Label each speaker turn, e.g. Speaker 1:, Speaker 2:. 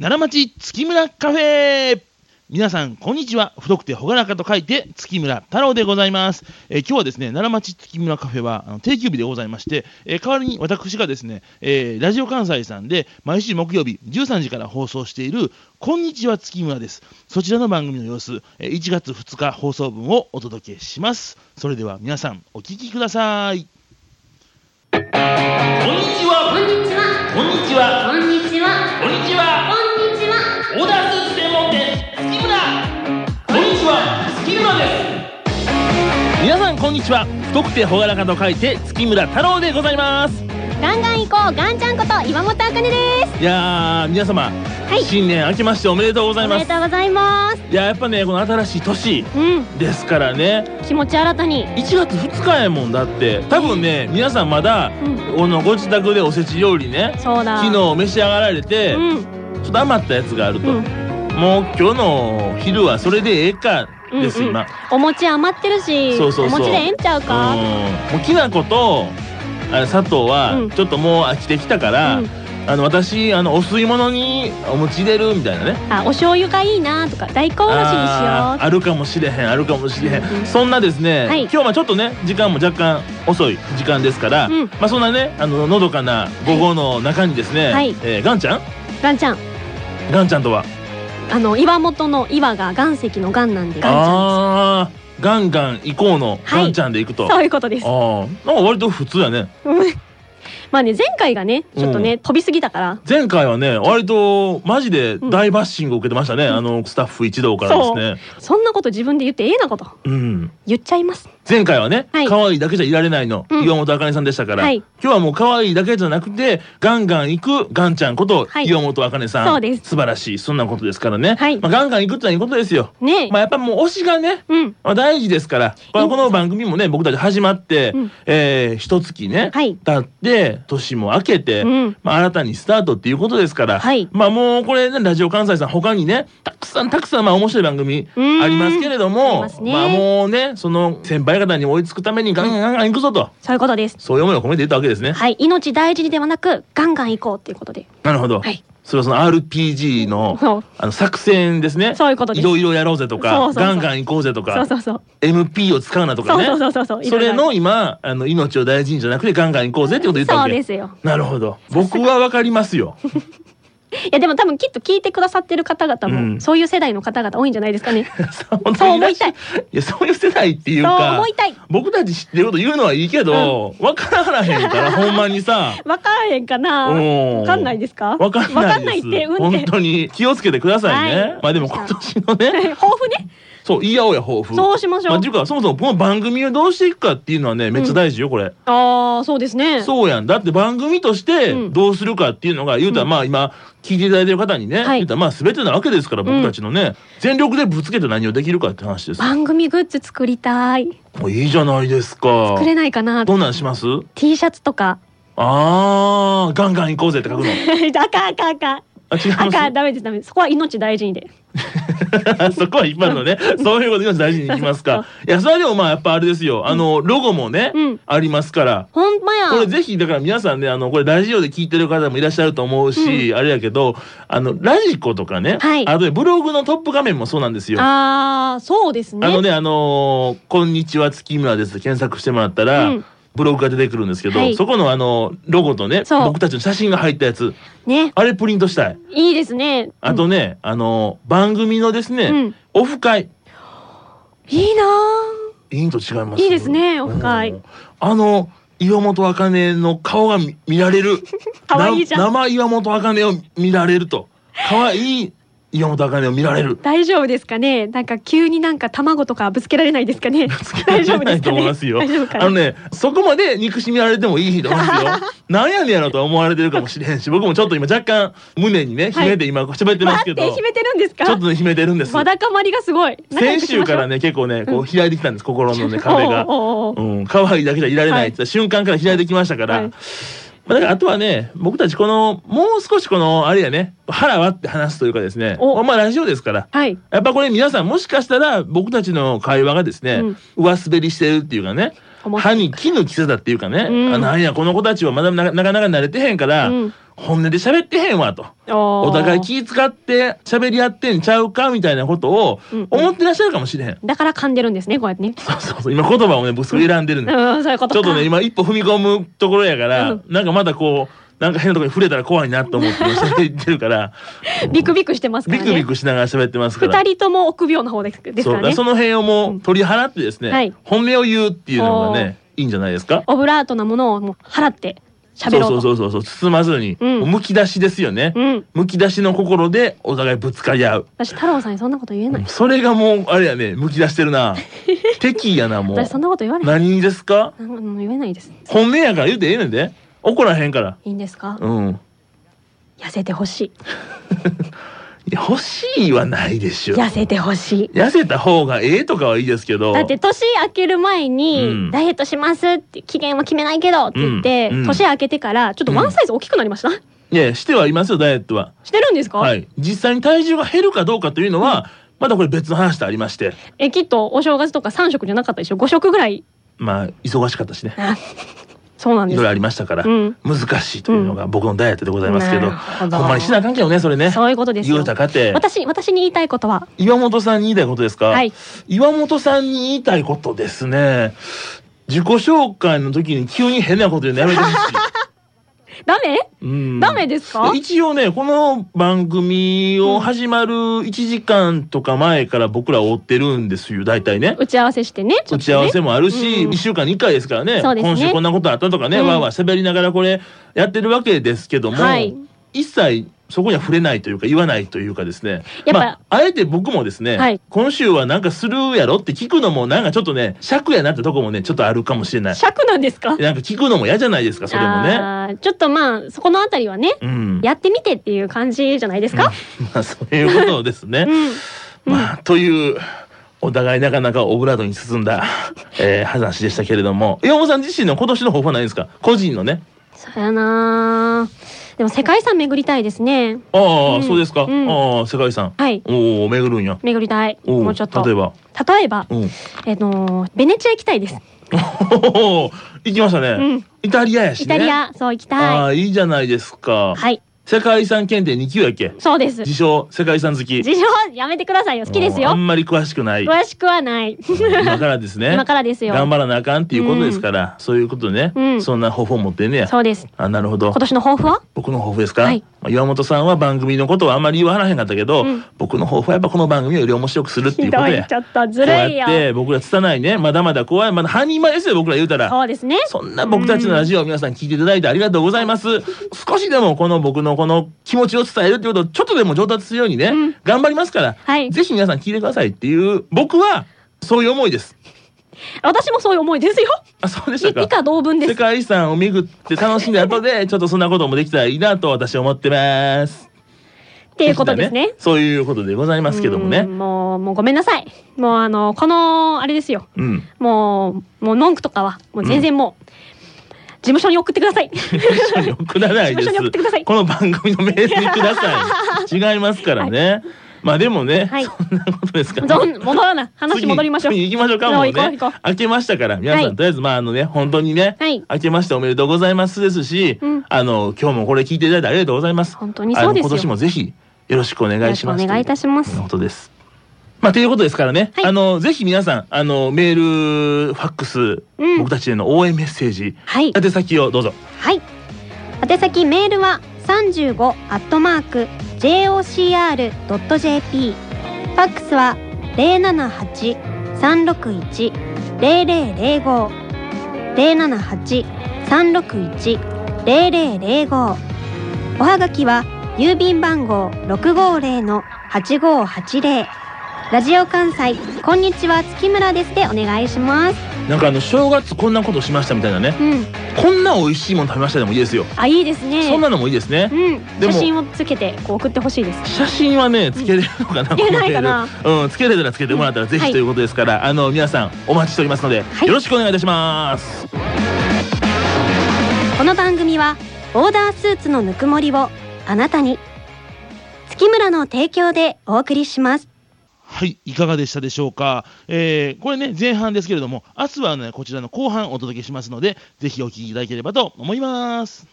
Speaker 1: 奈良町月村カフェ皆さん、こんにちは。太くて朗らかと書いて、月村太郎でございます。えー今日はですね、奈良町月村カフェはあの定休日でございまして、えー代わりに私がですね、えーラジオ関西さんで毎週木曜日13時から放送している、こんにちは月村です。そちらの番組の様子、えー1月2日放送分をお届けします。それでは皆さん、お聞きください。こんにちは。
Speaker 2: こんにちは。
Speaker 1: こんにちは。
Speaker 2: こんに
Speaker 1: こん
Speaker 2: ちは。
Speaker 1: にちは。
Speaker 2: こんにちは。
Speaker 1: オーダースーツ専門店月村こんにちは月村です皆さんこんにちは太くて朗らかと書いて月村太郎でございます
Speaker 2: ガンガン行こう、ガンちゃんこと岩本あかねです。
Speaker 1: いやー皆様、
Speaker 2: い
Speaker 1: 新年明けましておめでとうござい
Speaker 2: おめ
Speaker 1: ま
Speaker 2: ですとうございます。
Speaker 1: いややっぱねこの新しい年
Speaker 2: うん、
Speaker 1: ですからね
Speaker 2: 気持ち新たに。
Speaker 1: 1月2日やもんだって多分ね皆さんまだ、
Speaker 2: うん、
Speaker 1: このご自宅でおせち料理ね
Speaker 2: そうだ。
Speaker 1: 昨日召し上がられて、
Speaker 2: う
Speaker 1: ち
Speaker 2: ん、
Speaker 1: ょっと余ったやつがあると、
Speaker 2: うん、
Speaker 1: もう今日の昼はそれでええか
Speaker 2: うん、
Speaker 1: です、
Speaker 2: うん
Speaker 1: 今。
Speaker 2: お餅余ってるし、
Speaker 1: そうそうそう
Speaker 2: お餅でええんちゃう
Speaker 1: う
Speaker 2: か。
Speaker 1: んもうきな粉とあれ砂糖
Speaker 2: う
Speaker 1: は
Speaker 2: ん
Speaker 1: ちょっともう飽きてきたから、
Speaker 2: うん
Speaker 1: あの私あのお吸い物にお餅入れるみたいなね
Speaker 2: あ、お醤油がいいなとか、大根おろしにし
Speaker 1: あー
Speaker 2: よ
Speaker 1: あるかもしれへんあるかもしれへん、
Speaker 2: うん
Speaker 1: そんなですね、
Speaker 2: はい
Speaker 1: 今日はちょっとね時間も若干遅い時間ですから、
Speaker 2: うん
Speaker 1: まあそんなねあののどかな午後の中にですね、
Speaker 2: はい
Speaker 1: えーガンちゃん
Speaker 2: う。ガンちゃん、
Speaker 1: ガンちゃんとは
Speaker 2: あの岩本の岩が岩石の岩なんで、ガンちゃんで
Speaker 1: あーガンガン行こうの、
Speaker 2: はい
Speaker 1: ガンちゃんで行くと
Speaker 2: す。そういうことです。
Speaker 1: ああ、なんか割と普通やね。
Speaker 2: まあね、前回がね、ちょっとね、飛びすぎたから。
Speaker 1: 前回はね、割とマジで大バッシングを受けてましたね。
Speaker 2: うん
Speaker 1: あのスタッフ一同からですね。
Speaker 2: そんなこと自分で言ってええなこと
Speaker 1: うん。
Speaker 2: 言っちゃいます。
Speaker 1: 前回はね、
Speaker 2: はい
Speaker 1: 可愛いだけじゃいられないの、
Speaker 2: うん
Speaker 1: 岩本あかねさんでしたから、
Speaker 2: はい
Speaker 1: 今日はもう可愛いだけじゃなくて、ガンガン行くガンちゃんこと、
Speaker 2: はい
Speaker 1: 岩本あかねさん。
Speaker 2: そうです
Speaker 1: 素晴らしい。そんなことですからね。
Speaker 2: はい
Speaker 1: まあガンガン行くってのはいいことですよ。
Speaker 2: ねえ
Speaker 1: まあやっぱもう推しがね、
Speaker 2: うん。
Speaker 1: まあ、大事ですから、まあこの番組もね僕たち始まって、
Speaker 2: うん
Speaker 1: えー一月ね、
Speaker 2: はい
Speaker 1: 経って年も明けて、
Speaker 2: うん
Speaker 1: まあ、新たにスタートっていうことですから、
Speaker 2: はい
Speaker 1: まあもうこれねラジオ関西さん他にねたくさんたくさんまあ面白い番組
Speaker 2: うん
Speaker 1: ありますけれど
Speaker 2: あり
Speaker 1: も
Speaker 2: ますね
Speaker 1: まあもうねその先輩方に追いつくためにガンガンガンガン行くぞと。
Speaker 2: そういうことです。
Speaker 1: そういう思いを込めて言ったわけですね。
Speaker 2: はい。命大事にではなく、ガンガン行こうっていうことで。
Speaker 1: なるほど。
Speaker 2: はい
Speaker 1: それはその RPG の
Speaker 2: そう
Speaker 1: あの作戦ですね。
Speaker 2: そういうことです
Speaker 1: いろいろやろうぜとか、
Speaker 2: そうそうそう
Speaker 1: ガンガン行こうぜとか、
Speaker 2: そうそうそう。
Speaker 1: MP を使うなとかね。
Speaker 2: そうそうそうそう。い
Speaker 1: そ
Speaker 2: ろい
Speaker 1: れ
Speaker 2: ろ
Speaker 1: の今あの命を大事にじゃなくてガンガン行こうぜってこと言ったわ
Speaker 2: そう
Speaker 1: け
Speaker 2: ですよ。
Speaker 1: なるほど僕はわかりますよ
Speaker 2: いやでも多分きっと聞いてくださってる方々も、
Speaker 1: うん
Speaker 2: そういう世代の方々多いんじゃないですか ね。
Speaker 1: そう
Speaker 2: そう思いたい。
Speaker 1: やそういう世代っていう
Speaker 2: そう
Speaker 1: か
Speaker 2: 思いたい。
Speaker 1: 僕たち知ってること言うのはいいけど、わからへんから ほんまにさ
Speaker 2: わからへんかな。
Speaker 1: うん
Speaker 2: わかんないですか。
Speaker 1: わかんないです
Speaker 2: わかんないって、うんっ
Speaker 1: 本
Speaker 2: て。
Speaker 1: 当に気をつけてくださいね、
Speaker 2: はい
Speaker 1: まあでも今年のね
Speaker 2: 豊富ね。
Speaker 1: そういいやおや抱負
Speaker 2: そうしましょ
Speaker 1: まあ、
Speaker 2: う。
Speaker 1: っていうかそもそもこの番組をどうしていくかっていうのはねめっちゃ大事よこれ、
Speaker 2: ああ、そうですね。
Speaker 1: そうやん。だって番組として
Speaker 2: うん
Speaker 1: どうするかっていうのが、言うたらまあ今、聞いていただいてる方にね、
Speaker 2: はい
Speaker 1: 言うたらまあ全てなわけですから、
Speaker 2: ん
Speaker 1: 僕たちのね、全力でぶつけて何をできるかって話です。
Speaker 2: 番組グッズ作りたい。
Speaker 1: もういいじゃないですか
Speaker 2: 作。れないかな。
Speaker 1: どんなんします
Speaker 2: T シャツ とか。
Speaker 1: あー、ガンガン行こうぜって書くの。
Speaker 2: 赤赤赤。
Speaker 1: あ、違い
Speaker 2: 赤
Speaker 1: ま
Speaker 2: ダメですダメです。そこは命大事にで。
Speaker 1: す。 そこは引っ張るのね。そういうこと今大事にいきますか。いや、それはでもまあやっぱあれですよ。あの、ロゴもね、
Speaker 2: うん
Speaker 1: ありますから。
Speaker 2: ほんまや。
Speaker 1: これぜひだから皆さんねあのこれラジオで聞いてる方もいらっしゃると思うし、あれやけどあのラジコとかね、
Speaker 2: はい
Speaker 1: あとねブログのトップ画面もそうなんですよ。あ
Speaker 2: ああ、そうですね。
Speaker 1: のねあのーこんにちは月村です」検索してもらったら、
Speaker 2: うん
Speaker 1: ブログが出てくるんですけど、
Speaker 2: はい
Speaker 1: そこのあのロゴとね
Speaker 2: そう
Speaker 1: 僕たちの写真が入ったやつ
Speaker 2: ね。
Speaker 1: あれプリントしたい。
Speaker 2: いいですね。
Speaker 1: あとね、あのー番組のですね、
Speaker 2: うん
Speaker 1: オフ会
Speaker 2: いいな
Speaker 1: 委員と違います
Speaker 2: いいですねオフ会
Speaker 1: うんあの岩本茜の顔が見見られる
Speaker 2: 可愛いじゃ
Speaker 1: な
Speaker 2: ん
Speaker 1: 生岩本茜を見られると可愛い岩本茜を見られる
Speaker 2: ぁ大丈夫ですかねなんか急になんか卵とかぶつけられないですかね
Speaker 1: つけら
Speaker 2: 大
Speaker 1: れ
Speaker 2: 丈夫
Speaker 1: な
Speaker 2: で
Speaker 1: い
Speaker 2: す
Speaker 1: と
Speaker 2: か
Speaker 1: 思い
Speaker 2: ね
Speaker 1: ますよ。
Speaker 2: 大丈夫か
Speaker 1: あの
Speaker 2: な
Speaker 1: ね、そこまで憎しみられてもいいと思いますよ。なんやねんやろと思われてるかもしれへんし、僕もちょっと今若干胸にね、秘めて今喋ってます
Speaker 2: 待
Speaker 1: け
Speaker 2: っ
Speaker 1: ど、
Speaker 2: て秘めてるんです
Speaker 1: ちょっ
Speaker 2: か
Speaker 1: とね、秘めてるんです。
Speaker 2: まだかまりがすごい
Speaker 1: 先週から
Speaker 2: ね
Speaker 1: ね、結構ね、こう開いてきたんです、心の ね、壁
Speaker 2: お
Speaker 1: が
Speaker 2: う。おうおう
Speaker 1: うん、可愛いだけじゃいられないって言った瞬間から開いてきましたから、
Speaker 2: はい
Speaker 1: まあ、だからあとはね僕たちこのもう少しこのあれやね腹割って話すというかですね
Speaker 2: お
Speaker 1: まあまあラジオですから
Speaker 2: はい
Speaker 1: やっぱこれ皆さんもしかしたら僕たちの会話がですね、
Speaker 2: うん
Speaker 1: 上滑りしてるっていうかね
Speaker 2: 思っ
Speaker 1: 歯に絹着せたっていうかね、
Speaker 2: うん
Speaker 1: あなんやこの子たちはまだなかなかなか慣れてへんから、
Speaker 2: うん
Speaker 1: 本音で喋ってへんわと。お
Speaker 2: お
Speaker 1: 互い気使って喋り合ってんちゃうかみたいなことを
Speaker 2: うんうん
Speaker 1: 思ってらっしゃるかもしれへん。
Speaker 2: だから噛んでるんですねこうやってね。
Speaker 1: そうそうそう。今言葉をね、僕すごい選んでるん で。
Speaker 2: うんそういうことか。
Speaker 1: ちょっとね、今一歩踏み込むところやから、
Speaker 2: うん
Speaker 1: なんかまだこう、なんか変なところに触れたら怖いなと 思って喋ってるから、
Speaker 2: ビクビクしてますから
Speaker 1: ビ
Speaker 2: ね。
Speaker 1: クビクしながら喋ってますから。
Speaker 2: 二人とも臆病な方ですです
Speaker 1: そう
Speaker 2: か
Speaker 1: だから
Speaker 2: らね
Speaker 1: そ。の辺をもう取り払ってですね、
Speaker 2: はい
Speaker 1: 本音を言うっていうのがね、いいんじゃないですか。
Speaker 2: オブラートなものをもう払って
Speaker 1: そ
Speaker 2: 喋
Speaker 1: う
Speaker 2: ろう
Speaker 1: そう
Speaker 2: と。
Speaker 1: そうそうそう、包まずに、
Speaker 2: うん
Speaker 1: もうむき出しですよね。
Speaker 2: うん。
Speaker 1: むき出しの心でお互いぶつかり合う。
Speaker 2: 私太郎さんにそんなこと言えない。
Speaker 1: それがもう、あれやね、むき出してる な。敵やな、もう
Speaker 2: 私。そんなこと言わない。
Speaker 1: 何ですか
Speaker 2: なんかもう言えないです。
Speaker 1: 本音やから言うてええねんで。怒らへんから。
Speaker 2: いいんですか。
Speaker 1: うん。
Speaker 2: 痩せてほし
Speaker 1: いや欲しいはないでし
Speaker 2: い。
Speaker 1: ょ。
Speaker 2: 痩せてほしい。
Speaker 1: 痩せた方がええとかはいいですけど。
Speaker 2: だって年明ける前
Speaker 1: う
Speaker 2: に
Speaker 1: ん
Speaker 2: ダイエットしますって期限は決めないけどって言って、
Speaker 1: うんうん
Speaker 2: 年明けてからちょっとワンサイズ大きくなりました、
Speaker 1: いやいやしてはいますよ、ダイエットは。
Speaker 2: してるんですか、
Speaker 1: はい。実際に体重が減るかどうかというのは、まだこれ別の話とありまして。
Speaker 2: えきっとお正月とか3食じゃなかったでしょ5食ぐら い
Speaker 1: まあ、忙しかったしね。
Speaker 2: あそうな
Speaker 1: い
Speaker 2: んで
Speaker 1: ろい
Speaker 2: す
Speaker 1: ろありましたから、
Speaker 2: うん
Speaker 1: 難しいというのが僕のダイエットでございますけど、
Speaker 2: なるほど
Speaker 1: ほんまにしなあかんけどね、それね。
Speaker 2: そういうことです
Speaker 1: 言
Speaker 2: よ
Speaker 1: うたかて、
Speaker 2: 私私に言いたいことは
Speaker 1: 岩本さんに言いたいことですか、
Speaker 2: はい
Speaker 1: 岩本さんに言いたいことですね。自己紹介の時に急に変なこと言うのやめてほしい。
Speaker 2: ダメ
Speaker 1: うん
Speaker 2: ダメですか
Speaker 1: 一応ねこの番組を始まる1時間とか前から僕ら追ってるんですよ大体ね
Speaker 2: 打ち合わせしてねちょ
Speaker 1: 打
Speaker 2: っとね
Speaker 1: ち合わせもあるし、
Speaker 2: うん
Speaker 1: 1週間に1回ですからね
Speaker 2: そうですね
Speaker 1: 今週こんなことあったとかね、
Speaker 2: うん
Speaker 1: わーわー喋りながらこれやってるわけですけども、
Speaker 2: はい
Speaker 1: 一切そこには触れないというか言わないというかですね
Speaker 2: やっぱ
Speaker 1: まあ、あえて僕もですね、
Speaker 2: はい
Speaker 1: 今週はなんかするやろって聞くのもなんかちょっとね尺やなってとこもねちょっとあるかもしれない
Speaker 2: 尺なんですか
Speaker 1: なんか聞くのも嫌じゃないですかそれもね。
Speaker 2: あーちょっとまあそこのあたりはね
Speaker 1: うん、
Speaker 2: やってみてっていう感じじゃないですか、
Speaker 1: まあそういうことですね。
Speaker 2: うん
Speaker 1: まあというお互いなかなかオブラートに包んだ、えー話でしたけれども岩本さん自身の今年の抱負はないんですか個人のね
Speaker 2: そうやなでも世界遺産巡りたいですね
Speaker 1: ああ、
Speaker 2: うん
Speaker 1: そうですか、
Speaker 2: うん
Speaker 1: ああ世界遺産
Speaker 2: はい
Speaker 1: おお巡るんや
Speaker 2: 巡りたい
Speaker 1: おお
Speaker 2: もうちょっと
Speaker 1: 例えば
Speaker 2: 例え ば
Speaker 1: うん
Speaker 2: えっとベネチア行きたいです
Speaker 1: 行きましたね、
Speaker 2: うん
Speaker 1: イタリアやしね
Speaker 2: イタリアそう行き
Speaker 1: あ
Speaker 2: たい
Speaker 1: あいいじゃないですか、
Speaker 2: はい
Speaker 1: 世界遺産検定2級やっけ
Speaker 2: そうです
Speaker 1: 自称世界遺産好き
Speaker 2: 事情やめてくださいよ好きです
Speaker 1: あ
Speaker 2: よ
Speaker 1: んまり詳しくない
Speaker 2: 詳しくはない
Speaker 1: 今からですね
Speaker 2: 今からですよ
Speaker 1: 頑張らなあかんっていうことですから、そういうことね、
Speaker 2: うん
Speaker 1: そんな抱負を持ってんねや
Speaker 2: そうです
Speaker 1: あなるほど
Speaker 2: 今年の抱負は
Speaker 1: 僕の抱負ですか、
Speaker 2: はい
Speaker 1: まあ岩本さんは番組のことはあんまり言わはへんかったけど、
Speaker 2: うん
Speaker 1: 僕の抱負はやっぱこの番組をより面白くするってい
Speaker 2: ひ
Speaker 1: うこ
Speaker 2: ど
Speaker 1: と
Speaker 2: い
Speaker 1: で
Speaker 2: ちょっとずるいよ
Speaker 1: こうやって僕ら拙いねまだまだ怖いまだ半人前ですよ僕ら言うたら
Speaker 2: そうですね
Speaker 1: そんな僕たちのラジオを皆さん聞いていただいてありがとうございます、少しでもこの僕のこの気持ちを伝えるってことをちょっとでも上達するようにね、
Speaker 2: うん
Speaker 1: 頑張りますから、
Speaker 2: はい
Speaker 1: ぜひ皆さん聞いてくださいっていう僕はそういう思いです
Speaker 2: 私もそういう思いですよ
Speaker 1: あそうでし
Speaker 2: い
Speaker 1: たか
Speaker 2: 以下同文で
Speaker 1: 世
Speaker 2: す
Speaker 1: 界遺産を巡って楽しんだ後で、ちょっとそんなこともできたらいいなと私は思ってます。
Speaker 2: っていうことですね
Speaker 1: そういうことでございますけども
Speaker 2: う
Speaker 1: ね。
Speaker 2: んもうもうごめんなさいもうあのこのあれですよ
Speaker 1: うん。
Speaker 2: もうもう文句とかはもう全然もう、事務所に送ってくだ さい
Speaker 1: 事務所に送らないで
Speaker 2: 事務所に送ってくださ
Speaker 1: す。
Speaker 2: い
Speaker 1: この番組のメールにくだ さい。違いますからね。まあでもね、
Speaker 2: はい
Speaker 1: そんなことですから、
Speaker 2: どん戻らな話戻りましょう
Speaker 1: 次に行きましょうかもう
Speaker 2: 行こう
Speaker 1: ね
Speaker 2: 行こう。
Speaker 1: 明けましたから、皆さん、
Speaker 2: はい
Speaker 1: とりあえず、まああのね、本当にね、
Speaker 2: はい
Speaker 1: 明けましておめでとうございますですし、
Speaker 2: うん
Speaker 1: あの、今日もこれ聞いていただいてありがとうございます。
Speaker 2: 本当にそうですよ
Speaker 1: あの今年もぜひ、よろしくお願いします。
Speaker 2: よろしくお願いいたします
Speaker 1: ということです。まあ、ということですからね、
Speaker 2: はい
Speaker 1: あの、ぜひ皆さん、あの、メール、ファックス、
Speaker 2: うん
Speaker 1: 僕たちへの応援メッセージ、
Speaker 2: はい
Speaker 1: 宛先をどうぞ。
Speaker 2: はい宛先メールは35アットマーク jocr.jp ファックスは078-361-0005 078-361-0005おはがきは郵便番号650-8580ラジオ関西こんにちは月村ですでお願いします
Speaker 1: なんかあの、正月こんなことしましたみたいなね、
Speaker 2: うん
Speaker 1: こんな美味しいもの食べましたでもいいですよ。
Speaker 2: あいいですね
Speaker 1: そんなのもいいですね。
Speaker 2: うん、
Speaker 1: でも
Speaker 2: 写真をつけてこう送ってほしいです。
Speaker 1: 写真はねつけれるのかな、
Speaker 2: んいけないかな
Speaker 1: このメールうんつけれたらつけてもらったらぜ
Speaker 2: は
Speaker 1: ひ
Speaker 2: い
Speaker 1: ということですから、あの皆さんお待ちしておりますので、
Speaker 2: はい
Speaker 1: よろしくお願いいたします
Speaker 2: この番組はオーダースーツのぬくもりをあなたに月村の提供でお送りします。
Speaker 1: はいいかがでしたでしょうか、えーこれね前半ですけれども明日はねこちらの後半お届けしますのでぜひお聞きいただければと思います